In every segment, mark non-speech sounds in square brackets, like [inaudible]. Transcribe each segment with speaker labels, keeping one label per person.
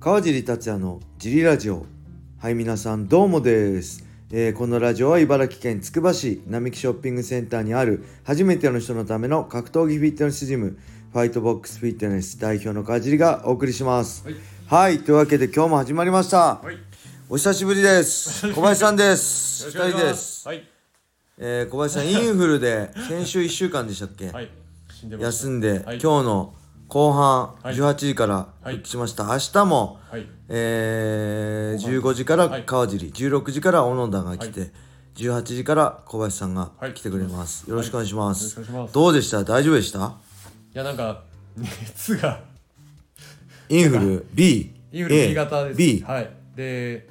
Speaker 1: 川尻達也のジリラジオはい皆さんどうもです、えーこのラジオは茨城県つくば市並木ショッピングセンターにある初めての人のための格闘技フィットネスジムファイトボックスフィットネス代表の川尻がお送りします
Speaker 2: はい
Speaker 1: はい、というわけで今日も始まりました、
Speaker 2: はい。よ
Speaker 1: お久しぶり
Speaker 2: [laughs]
Speaker 1: です小林さんです
Speaker 2: ろしくお願
Speaker 1: 二
Speaker 2: いし
Speaker 1: 人
Speaker 2: ま。
Speaker 1: ですす、
Speaker 2: はい。
Speaker 1: えー、小林さんインフルで先週1週間でしたっけ、
Speaker 2: はい。死んでまし
Speaker 1: 休
Speaker 2: た
Speaker 1: んで、
Speaker 2: はい
Speaker 1: 今日の後半
Speaker 2: はい
Speaker 1: 18時から
Speaker 2: はい
Speaker 1: 復帰しました、明日も、
Speaker 2: はい。
Speaker 1: えー、15時から
Speaker 2: はい
Speaker 1: 川尻、16時から小野田が来て、18時から小林さんが
Speaker 2: はい
Speaker 1: 来てくれます、よろしくお願いします,、
Speaker 2: はいよろしくお願いします
Speaker 1: どうでした大丈夫でした
Speaker 2: いや、なんか、 [laughs] 熱が、
Speaker 1: インフル B
Speaker 2: インフル B 型です。
Speaker 1: B
Speaker 2: はい。で、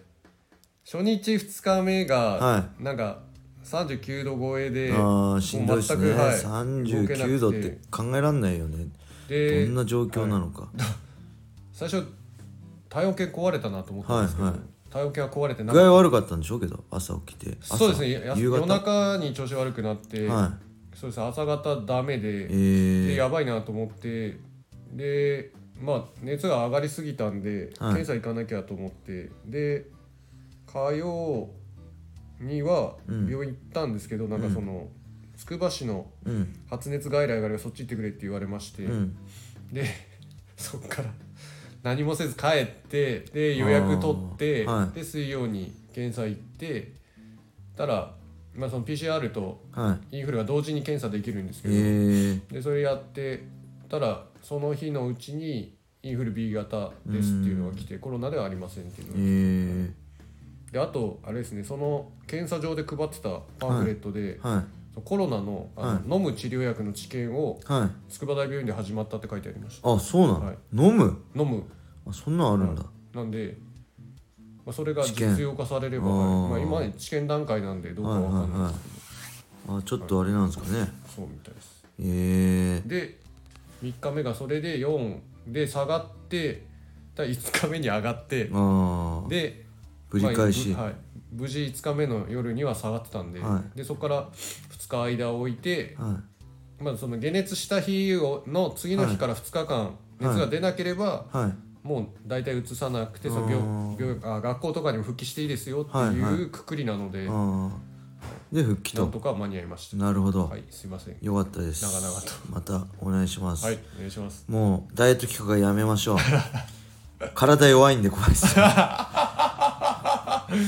Speaker 2: 初日、2日目が、
Speaker 1: は
Speaker 2: なんか、39度超えで、
Speaker 1: あーしんどいですね、
Speaker 2: もう全くはい
Speaker 1: 39度って考えらんないよね
Speaker 2: で、
Speaker 1: どんな状況なのか、
Speaker 2: 最初、体温計壊れたなと思ったんですけど、
Speaker 1: はいはい
Speaker 2: 体温計は壊れてな
Speaker 1: 具
Speaker 2: く
Speaker 1: 合悪かったんでしょうけど朝起きて朝
Speaker 2: そうですね、や
Speaker 1: 夕
Speaker 2: 夜
Speaker 1: 方
Speaker 2: 中に調子悪くなって、
Speaker 1: はい
Speaker 2: そうですね、朝方ダメで、
Speaker 1: え
Speaker 2: で
Speaker 1: ー、
Speaker 2: やばいなと思ってでまあ熱が上がりすぎたんで、
Speaker 1: はい
Speaker 2: 検査行かなきゃと思ってで火曜には
Speaker 1: うん
Speaker 2: 病院行ったんですけど、なんかそのつくば市の
Speaker 1: うん
Speaker 2: 発熱外来があればそっち行ってくれって言われまして、
Speaker 1: うん
Speaker 2: でそっから何もせず帰ってで予約取って、
Speaker 1: あーはい
Speaker 2: で水曜に検査行ってたら、まあ、その PCR と
Speaker 1: はい
Speaker 2: インフルが同時に検査できるんですけ
Speaker 1: え
Speaker 2: ど、
Speaker 1: ー、
Speaker 2: でそれやってたらその日のうちにインフル B 型ですっていうのが来てコロナではありませんっていうの
Speaker 1: え
Speaker 2: が
Speaker 1: ー、
Speaker 2: であとあれですねその検査場で配ってたパンフレットで、
Speaker 1: はい
Speaker 2: そのコロナのあの、飲む治療薬の治験を
Speaker 1: はい
Speaker 2: 筑波大病院で始まったって書いてありまし
Speaker 1: あそうなの、
Speaker 2: はい
Speaker 1: 飲む
Speaker 2: た飲む
Speaker 1: あそんなんあるんだ、
Speaker 2: なんで、まあ、それが
Speaker 1: 治験
Speaker 2: 実用化されれば
Speaker 1: あー
Speaker 2: まあ、今まで治験段階なんでどうか
Speaker 1: はい
Speaker 2: わかんない
Speaker 1: はいはいあちょっとあれなんですかね、
Speaker 2: そうみたいです
Speaker 1: え
Speaker 2: で3日目がそれで4で下がって5日目に上がっ
Speaker 1: え
Speaker 2: て、
Speaker 1: ああ
Speaker 2: で
Speaker 1: ぶり返し、
Speaker 2: まあぶはい、無事5日目の夜には下がってたんで,、
Speaker 1: は
Speaker 2: でそこから2日間を置いて、
Speaker 1: はい
Speaker 2: まあ、その解熱した日をの次の日から2日間熱が出なければ、
Speaker 1: はい
Speaker 2: もう大体移さなくてその
Speaker 1: あー
Speaker 2: 病病あ学校とかにも復帰していいですよって
Speaker 1: はいはい
Speaker 2: いうくくりなので、
Speaker 1: ああで復帰
Speaker 2: なん
Speaker 1: と
Speaker 2: とか間に合いまし
Speaker 1: なるほ
Speaker 2: た。
Speaker 1: ど、
Speaker 2: はい、すいません。
Speaker 1: よかったです
Speaker 2: 長々と
Speaker 1: またお願いします、
Speaker 2: はい、お願いします。
Speaker 1: もうダイエット企画はやめましょう [laughs] 体弱いんで怖いです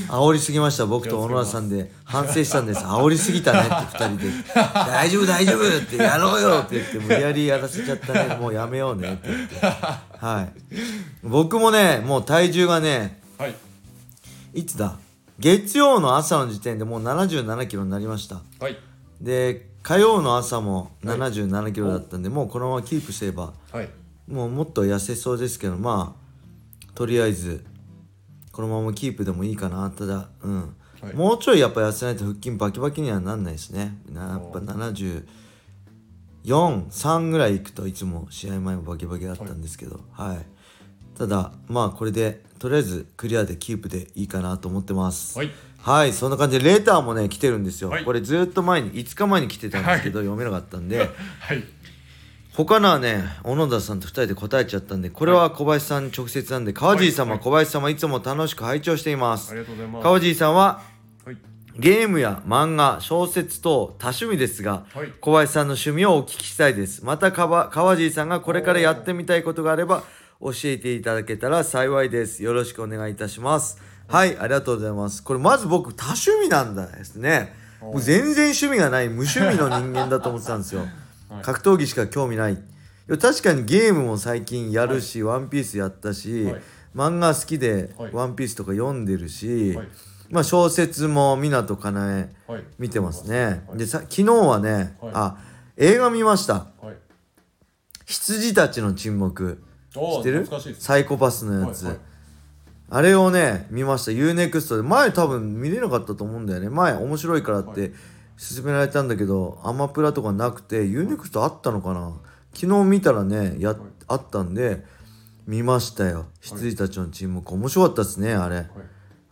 Speaker 1: 煽りすぎました僕と小野田さんで反省したんです煽りすぎたねって2人で「大丈夫大丈夫」って「やろうよ」って言って無理やりやらせちゃったねもうやめようねって言ってはい僕もねもう体重がね
Speaker 2: はい、
Speaker 1: いつだ月曜の朝の時点でもう7 7キロになりました
Speaker 2: はい、
Speaker 1: で火曜の朝も7 7キロだったんで、もうこのままキープすれば
Speaker 2: はい、
Speaker 1: もうもっと痩せそうですけどまあとりあえずこのままキープでもいいかなただうん、
Speaker 2: はい
Speaker 1: もうちょいやっぱ痩せないと腹筋バキバキにはなんないですねなやっぱ743ぐらいいくといつも試合前もバキバキだったんですけどはい、ただまあこれでとりあえずクリアでキープでいいかなと思ってます
Speaker 2: はい
Speaker 1: はいそんな感じでレーターもね来てるんですよ、
Speaker 2: はい
Speaker 1: これずっと前に5日前に来てたんですけど、読めなかったん
Speaker 2: [laughs]
Speaker 1: で
Speaker 2: はい、
Speaker 1: 他のはね小野田さんと2人で答えちゃったんでこれは小林さんに直接なんで川尻様、
Speaker 2: はい
Speaker 1: 小林様いつも楽しく拝聴していま
Speaker 2: あ
Speaker 1: す
Speaker 2: りがとうございます。
Speaker 1: 川尻さんは
Speaker 2: はい、
Speaker 1: ゲームや漫画小説等多趣味ですが、
Speaker 2: はい
Speaker 1: 小林さんの趣味をお聞きしたいですまたかば川尻さんがこれからやってみたいことがあれば教えていただけたら幸いですよろしくお願いいたしますはいありがとうございますこれまず僕多趣味なんだですねもう全然趣味がない無趣味の人間だと思ってたんですよ、
Speaker 2: [laughs] はい
Speaker 1: 格闘技しか興味ないいや確かにゲームも最近やるし、ワンピースやったし、
Speaker 2: はい
Speaker 1: 漫画好きで
Speaker 2: はい
Speaker 1: ワンピースとか読んでるし、
Speaker 2: はい
Speaker 1: まあ小説も湊かなえ
Speaker 2: はい、
Speaker 1: 見てますね。
Speaker 2: はい
Speaker 1: でさ昨日はね、
Speaker 2: はい
Speaker 1: あ映画見ました
Speaker 2: はい。
Speaker 1: 「羊たちの沈黙」
Speaker 2: お
Speaker 1: 知
Speaker 2: ー
Speaker 1: ってる
Speaker 2: 懐かしいです。
Speaker 1: サイコパスのやつ、
Speaker 2: はいはい
Speaker 1: あれをね見ました UNEXT で前多分見れなかったと思うんだよね前面白いからって勧められたんだけど、アマプラとかなくて UNEXT あったのかな昨日見たらねや、あったんで見ましたよ「羊たちの沈黙」面白かったですねあれ。
Speaker 2: はい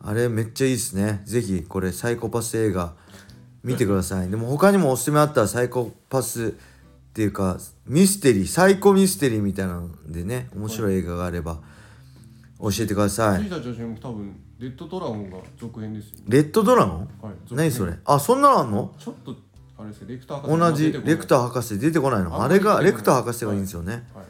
Speaker 1: あれめっちゃいいですね。ぜひこれサイコパス映画見てください。でも他にもおすすめあったらサイコパスっていうかミステリー、サイコミステリーみたいなのでね、面白い映画があれば教えてください
Speaker 2: 藤田女子も多分レッドドラゴンが続編ですよね
Speaker 1: レッドドラゴン
Speaker 2: はい続編
Speaker 1: 何それあそんなのあんの
Speaker 2: ちょっとあれですねレクター博士
Speaker 1: 同じ
Speaker 2: が出てこない
Speaker 1: レクター博士出てこないのあれがレクター博士がいいんですよね
Speaker 2: はい、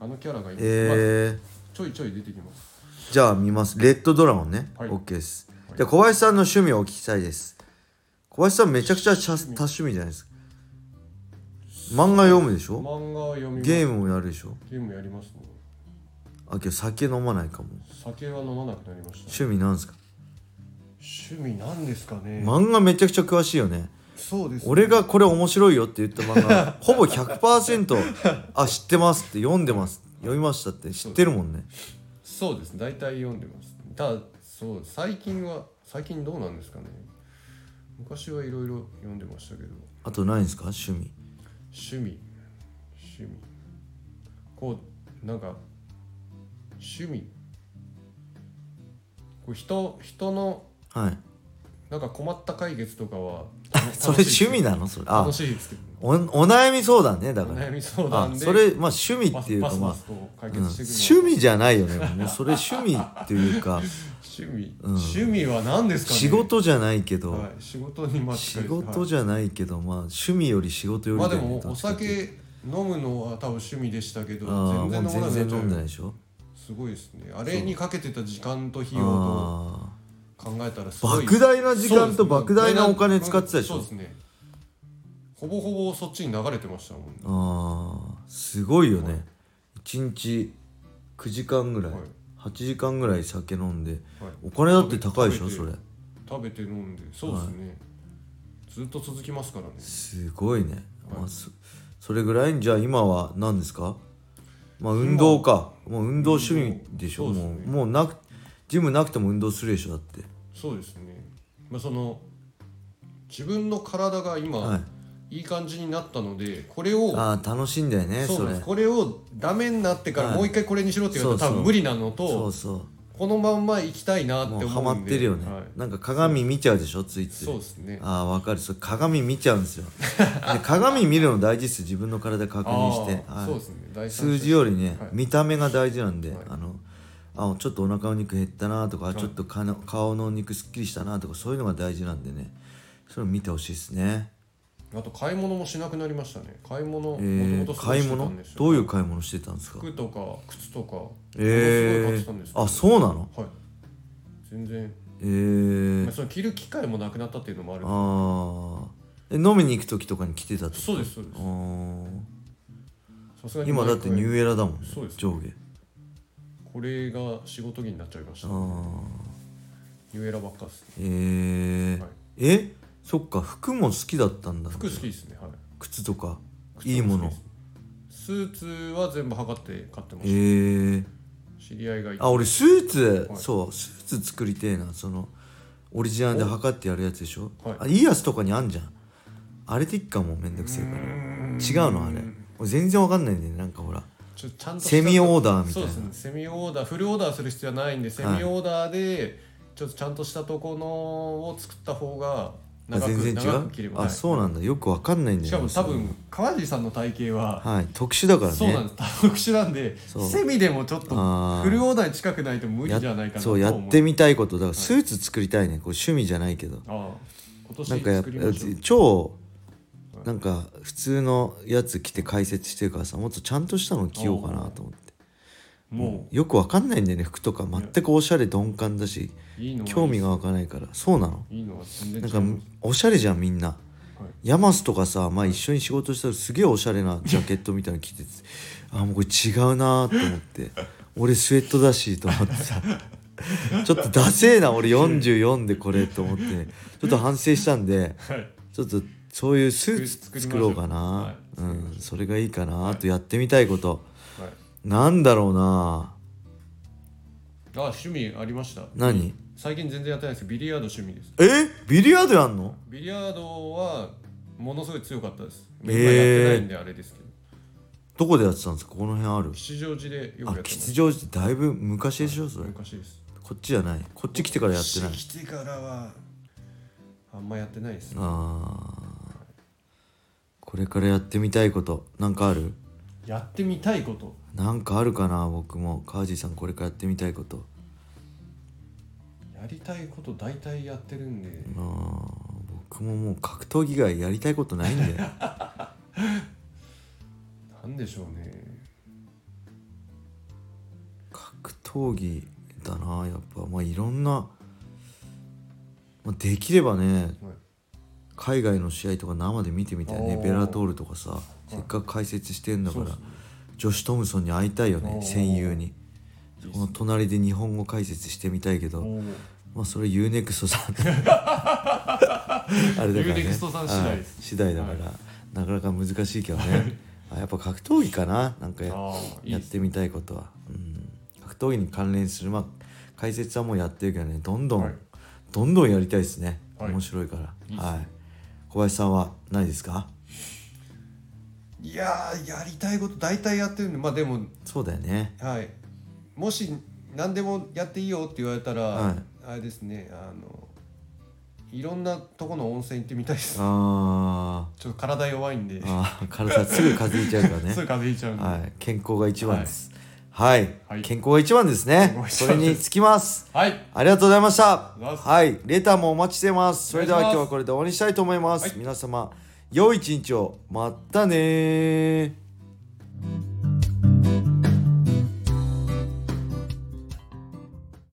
Speaker 2: あのキャラが今、ま
Speaker 1: え
Speaker 2: あちょいちょい出てきます
Speaker 1: ー、じゃあ見ますレッドドラゴンね、
Speaker 2: はい
Speaker 1: OK です
Speaker 2: はい
Speaker 1: じゃあ小林さんの趣味をお聞きしたいです小林さんめちゃくちゃ多多趣味じゃないですか漫画読むでしょ
Speaker 2: 漫画は読みます
Speaker 1: ゲームもやるでしょ
Speaker 2: ゲームやりますね
Speaker 1: あけど酒飲まないかも
Speaker 2: 酒は飲まなくなりました
Speaker 1: 趣味なんですか
Speaker 2: 趣味なんですかね、
Speaker 1: 漫画めちゃくちゃ詳しいよね
Speaker 2: そうですね
Speaker 1: 俺がこれ面白いよって言った漫
Speaker 2: [laughs]
Speaker 1: 画ほぼ100%あ知ってますって読んでます読みましたって知ってるもんね
Speaker 2: そうですね大体読んでますただそう最近は最近どうなんですかね昔はいろいろ読んでましたけど
Speaker 1: あとないんですか趣味
Speaker 2: 趣味趣味こうなんか趣味こう人人の
Speaker 1: はい
Speaker 2: なんか困った解決とかは
Speaker 1: それ趣味なのそれあ
Speaker 2: 楽しいですけどね
Speaker 1: おお悩み相談ねだ
Speaker 2: お
Speaker 1: から
Speaker 2: 悩み相
Speaker 1: あ
Speaker 2: 談で
Speaker 1: それまあ趣味
Speaker 2: パ
Speaker 1: ってい
Speaker 2: ス
Speaker 1: う
Speaker 2: パ
Speaker 1: か
Speaker 2: ス
Speaker 1: ま
Speaker 2: パ
Speaker 1: あ
Speaker 2: スと解
Speaker 1: うん
Speaker 2: 決していくの
Speaker 1: 趣味じゃないよねもうそれ趣味っていう
Speaker 2: [laughs]
Speaker 1: か
Speaker 2: 趣味、
Speaker 1: うん
Speaker 2: 趣味は何ですかね
Speaker 1: 仕事じゃないけど、
Speaker 2: はい仕事にま
Speaker 1: 仕事
Speaker 2: じ
Speaker 1: じゃないけど、まあ趣味より仕事より
Speaker 2: まあ
Speaker 1: だ
Speaker 2: で
Speaker 1: よね
Speaker 2: もお
Speaker 1: どっちかっていうと
Speaker 2: 酒飲むのは多分趣味でしたけど
Speaker 1: ああ
Speaker 2: 全然
Speaker 1: もう
Speaker 2: 飲まなくな
Speaker 1: 全
Speaker 2: っち
Speaker 1: 然
Speaker 2: ゃ
Speaker 1: 飲んでないうでしょ
Speaker 2: すごいですねあれにかけてた時間と費用と
Speaker 1: あ
Speaker 2: 考えたらす
Speaker 1: あ
Speaker 2: ごい
Speaker 1: 莫大な時間と
Speaker 2: そうです
Speaker 1: 莫大なお金使ってたでし
Speaker 2: そう
Speaker 1: ょ
Speaker 2: ですねほぼほぼそっちに流れてましたもんね
Speaker 1: あーすごいよね1日9時間ぐらい、
Speaker 2: はい
Speaker 1: 8時間ぐらい酒飲んで
Speaker 2: はい
Speaker 1: お金だって高いでしょそ
Speaker 2: 食べ
Speaker 1: れ
Speaker 2: て食べて飲んでそうですね、ずっと続きますからね
Speaker 1: すごいね、
Speaker 2: はい
Speaker 1: まあ、そそれぐらいにじゃあ今は何ですかまあ運動かもう運動趣味でしょ
Speaker 2: 運動
Speaker 1: もう
Speaker 2: そうですね
Speaker 1: もうなくジムなくても運動するでしょだって
Speaker 2: そうですねまあその自分の体が今、
Speaker 1: はい
Speaker 2: い、い感じになったのでこれを
Speaker 1: ああ楽しいんだよね
Speaker 2: そう
Speaker 1: そ
Speaker 2: なん
Speaker 1: れ
Speaker 2: ですこれをダメになってから
Speaker 1: はい
Speaker 2: もう一回これにしろって言われたら
Speaker 1: そうそ
Speaker 2: 多
Speaker 1: う
Speaker 2: 分無理なのと
Speaker 1: そうそ
Speaker 2: このまんま行きたいな
Speaker 1: う
Speaker 2: っ
Speaker 1: も
Speaker 2: て
Speaker 1: う
Speaker 2: 思
Speaker 1: ハ
Speaker 2: うんで
Speaker 1: マってるよね、
Speaker 2: はい
Speaker 1: なんか鏡見ちゃうでしょついつい
Speaker 2: そうですね
Speaker 1: ああわかるそれ鏡見ちゃうんですよで鏡見るの大事ですよ自分の体確認して
Speaker 2: あー
Speaker 1: はい
Speaker 2: そうですね第三
Speaker 1: 数字よりね、
Speaker 2: はい
Speaker 1: 見た目が大事なんで、
Speaker 2: はい
Speaker 1: あのあちょっとお腹の肉減ったなとか、
Speaker 2: はい
Speaker 1: ちょっとかな顔の肉すっきりしたなとかそういうのが大事なんでねそれを見てほしいですね、
Speaker 2: あと買い物もしなくなりましたね買い物
Speaker 1: えー
Speaker 2: 元々すご
Speaker 1: 買い
Speaker 2: してた
Speaker 1: 物
Speaker 2: んですよ
Speaker 1: どういう買い物してたんですか
Speaker 2: 服とか靴とか
Speaker 1: え
Speaker 2: ものすごい買ってたんで
Speaker 1: ー
Speaker 2: す、けど
Speaker 1: あそうなの
Speaker 2: はい全然、
Speaker 1: え
Speaker 2: ま
Speaker 1: ー
Speaker 2: あ、、その着る機会もなくなったっていうのもある
Speaker 1: あーえ飲みに行く時とかに来てたってこと
Speaker 2: そうですそうで
Speaker 1: あー
Speaker 2: すさすがに
Speaker 1: 今だってニューエラだもんね
Speaker 2: そうです
Speaker 1: 上下
Speaker 2: これが仕事着になっちゃいました
Speaker 1: あ
Speaker 2: ニ
Speaker 1: ー
Speaker 2: ューエラばっかっす
Speaker 1: えー
Speaker 2: はい
Speaker 1: えそっか服も好きだったんだ
Speaker 2: 服好きですねはい
Speaker 1: 靴とか
Speaker 2: 靴
Speaker 1: いいもの
Speaker 2: スーツは全部測って買ってま
Speaker 1: え
Speaker 2: した
Speaker 1: ー、
Speaker 2: 知り合いがいて
Speaker 1: あ俺スーツ、
Speaker 2: はい
Speaker 1: そうスーツ作りてえなそのオリジナルで測ってやるやつでしょ、
Speaker 2: はい
Speaker 1: あいいやつとかにあんじゃんあれでいっかもうめんどくせえから違うのあれ俺全然わかんないんだよねなんかほら
Speaker 2: ちょちゃんと
Speaker 1: セミオーダーみた
Speaker 2: そ
Speaker 1: いうな
Speaker 2: ですねセミオーダーフルオーダーする必要はないんでセミオーダーでちょっとちゃんとしたとこのを作った方が
Speaker 1: あ
Speaker 2: 長く
Speaker 1: 全然違
Speaker 2: 長く切れ
Speaker 1: う
Speaker 2: ば
Speaker 1: あそうなんだよくわかんないんだ
Speaker 2: し
Speaker 1: よ
Speaker 2: か
Speaker 1: ね
Speaker 2: も多分川地さんの体型は、
Speaker 1: はい特殊だからね
Speaker 2: そうなんです特殊なんで
Speaker 1: そう
Speaker 2: セミでもちょっと
Speaker 1: あー
Speaker 2: フルオーダーに近くないと無理
Speaker 1: や
Speaker 2: じゃないかなと
Speaker 1: そ
Speaker 2: 思
Speaker 1: うやってみたいことだからスーツ作りたいね、これ趣味じゃないけど
Speaker 2: ああ今
Speaker 1: なんか
Speaker 2: 年
Speaker 1: やっぱ
Speaker 2: 作りましょう
Speaker 1: 超なんか普通のやつ着て解説してるからさもっとちゃんとしたの着ようかなと思って
Speaker 2: も
Speaker 1: よくわかんないんだよね服とか全くおしゃれ鈍感だし
Speaker 2: ういいのはいい
Speaker 1: 興味が湧かないからそうなの
Speaker 2: いいのは全然
Speaker 1: なん
Speaker 2: 違
Speaker 1: か
Speaker 2: う
Speaker 1: おしゃれじゃんみんな
Speaker 2: はい
Speaker 1: ヤマスとかさ、まあ、一緒に仕事したらすげえおしゃれなジャケットみたいなの着て
Speaker 2: [laughs]
Speaker 1: てあもうこれ違うなと思って俺スウェットだしと思って
Speaker 2: [laughs]
Speaker 1: さちょっとダセえな俺44でこれと思ってねちょっと反省したんで
Speaker 2: はい
Speaker 1: ちょっとそういうスー
Speaker 2: 作
Speaker 1: ツ
Speaker 2: り
Speaker 1: 作ろうか
Speaker 2: は、
Speaker 1: ないうん、それがいいかなあとやってみたいこと
Speaker 2: はい
Speaker 1: なんだろうな
Speaker 2: あ趣味ありました
Speaker 1: 何
Speaker 2: 最近全然やってないですけどビリヤード趣味です
Speaker 1: えビリヤードやんの
Speaker 2: ビリヤードはものすごい強かったです
Speaker 1: えー
Speaker 2: 今やってないんであれですけど、
Speaker 1: どこでやってたんですかこの辺ある
Speaker 2: 吉祥寺でよくや
Speaker 1: あ
Speaker 2: ってま
Speaker 1: 吉
Speaker 2: す
Speaker 1: 祥寺ってだいぶ昔でしょそれこ
Speaker 2: 昔です
Speaker 1: っちじゃないこっち来てからやってない
Speaker 2: 来てからはあんまやってないです
Speaker 1: あーこれからやってみたいことなんかある
Speaker 2: やってみたいこと
Speaker 1: なんかあるかな僕も川地さんこれからやってみたいこと
Speaker 2: やりたいこと大体やってるんで
Speaker 1: あー僕ももう格闘技以外やりたいことないんで
Speaker 2: なんでしょうね
Speaker 1: 格闘技だなやっぱまあいろんな、まあ、できればね
Speaker 2: はい
Speaker 1: 海外の試合とか生で見てみたいね
Speaker 2: おー
Speaker 1: ベラトールとかさせっかく解説してんだから、ジョシュ・トムソンに会いたいよ
Speaker 2: お
Speaker 1: ね
Speaker 2: ー
Speaker 1: 戦友に
Speaker 2: そうです
Speaker 1: この
Speaker 2: ね
Speaker 1: 隣で日本語解説してみたいけど
Speaker 2: おー
Speaker 1: まあそれ UNEXT さ
Speaker 2: [laughs]
Speaker 1: んあれだからね
Speaker 2: UNEXT さん次第です
Speaker 1: あ次第だから、なかなか難しいけどねあやっぱ格闘技かななんかや
Speaker 2: あーいい
Speaker 1: や
Speaker 2: っ
Speaker 1: っ
Speaker 2: す
Speaker 1: てみたいことは、うん、格闘技に関連するまあ解説はもうやってるけどねどんどん、
Speaker 2: はい
Speaker 1: どんどんやりたいですね、
Speaker 2: はい
Speaker 1: 面白いから
Speaker 2: いいっすね
Speaker 1: はい小林さんはないですか
Speaker 2: いやーやりたいこと大体やってるんでまあでも
Speaker 1: そうだよね
Speaker 2: はいもし何でもやっていいよって言われたら、
Speaker 1: はい
Speaker 2: あれですねあのいろんなとこの温泉行ってみたいです
Speaker 1: あ
Speaker 2: ちょっと体弱いんで、
Speaker 1: ーあー体すぐ風邪ひいちゃうからね
Speaker 2: [laughs] すぐ風邪ひいちゃうんで、
Speaker 1: はい、健康が一番です。はい、
Speaker 2: はい
Speaker 1: 健康が一番ですね
Speaker 2: 健康が。一
Speaker 1: そ
Speaker 2: 番
Speaker 1: れ
Speaker 2: です
Speaker 1: に尽きます。
Speaker 2: はい、
Speaker 1: ありがとうございました
Speaker 2: りがとうございま。す
Speaker 1: はい、レターもお待ちしてます。それでは
Speaker 2: お願
Speaker 1: 今日
Speaker 2: いします
Speaker 1: はこれで終わりにしたいと思います。
Speaker 2: はい
Speaker 1: 皆様、良い一日を。またねー。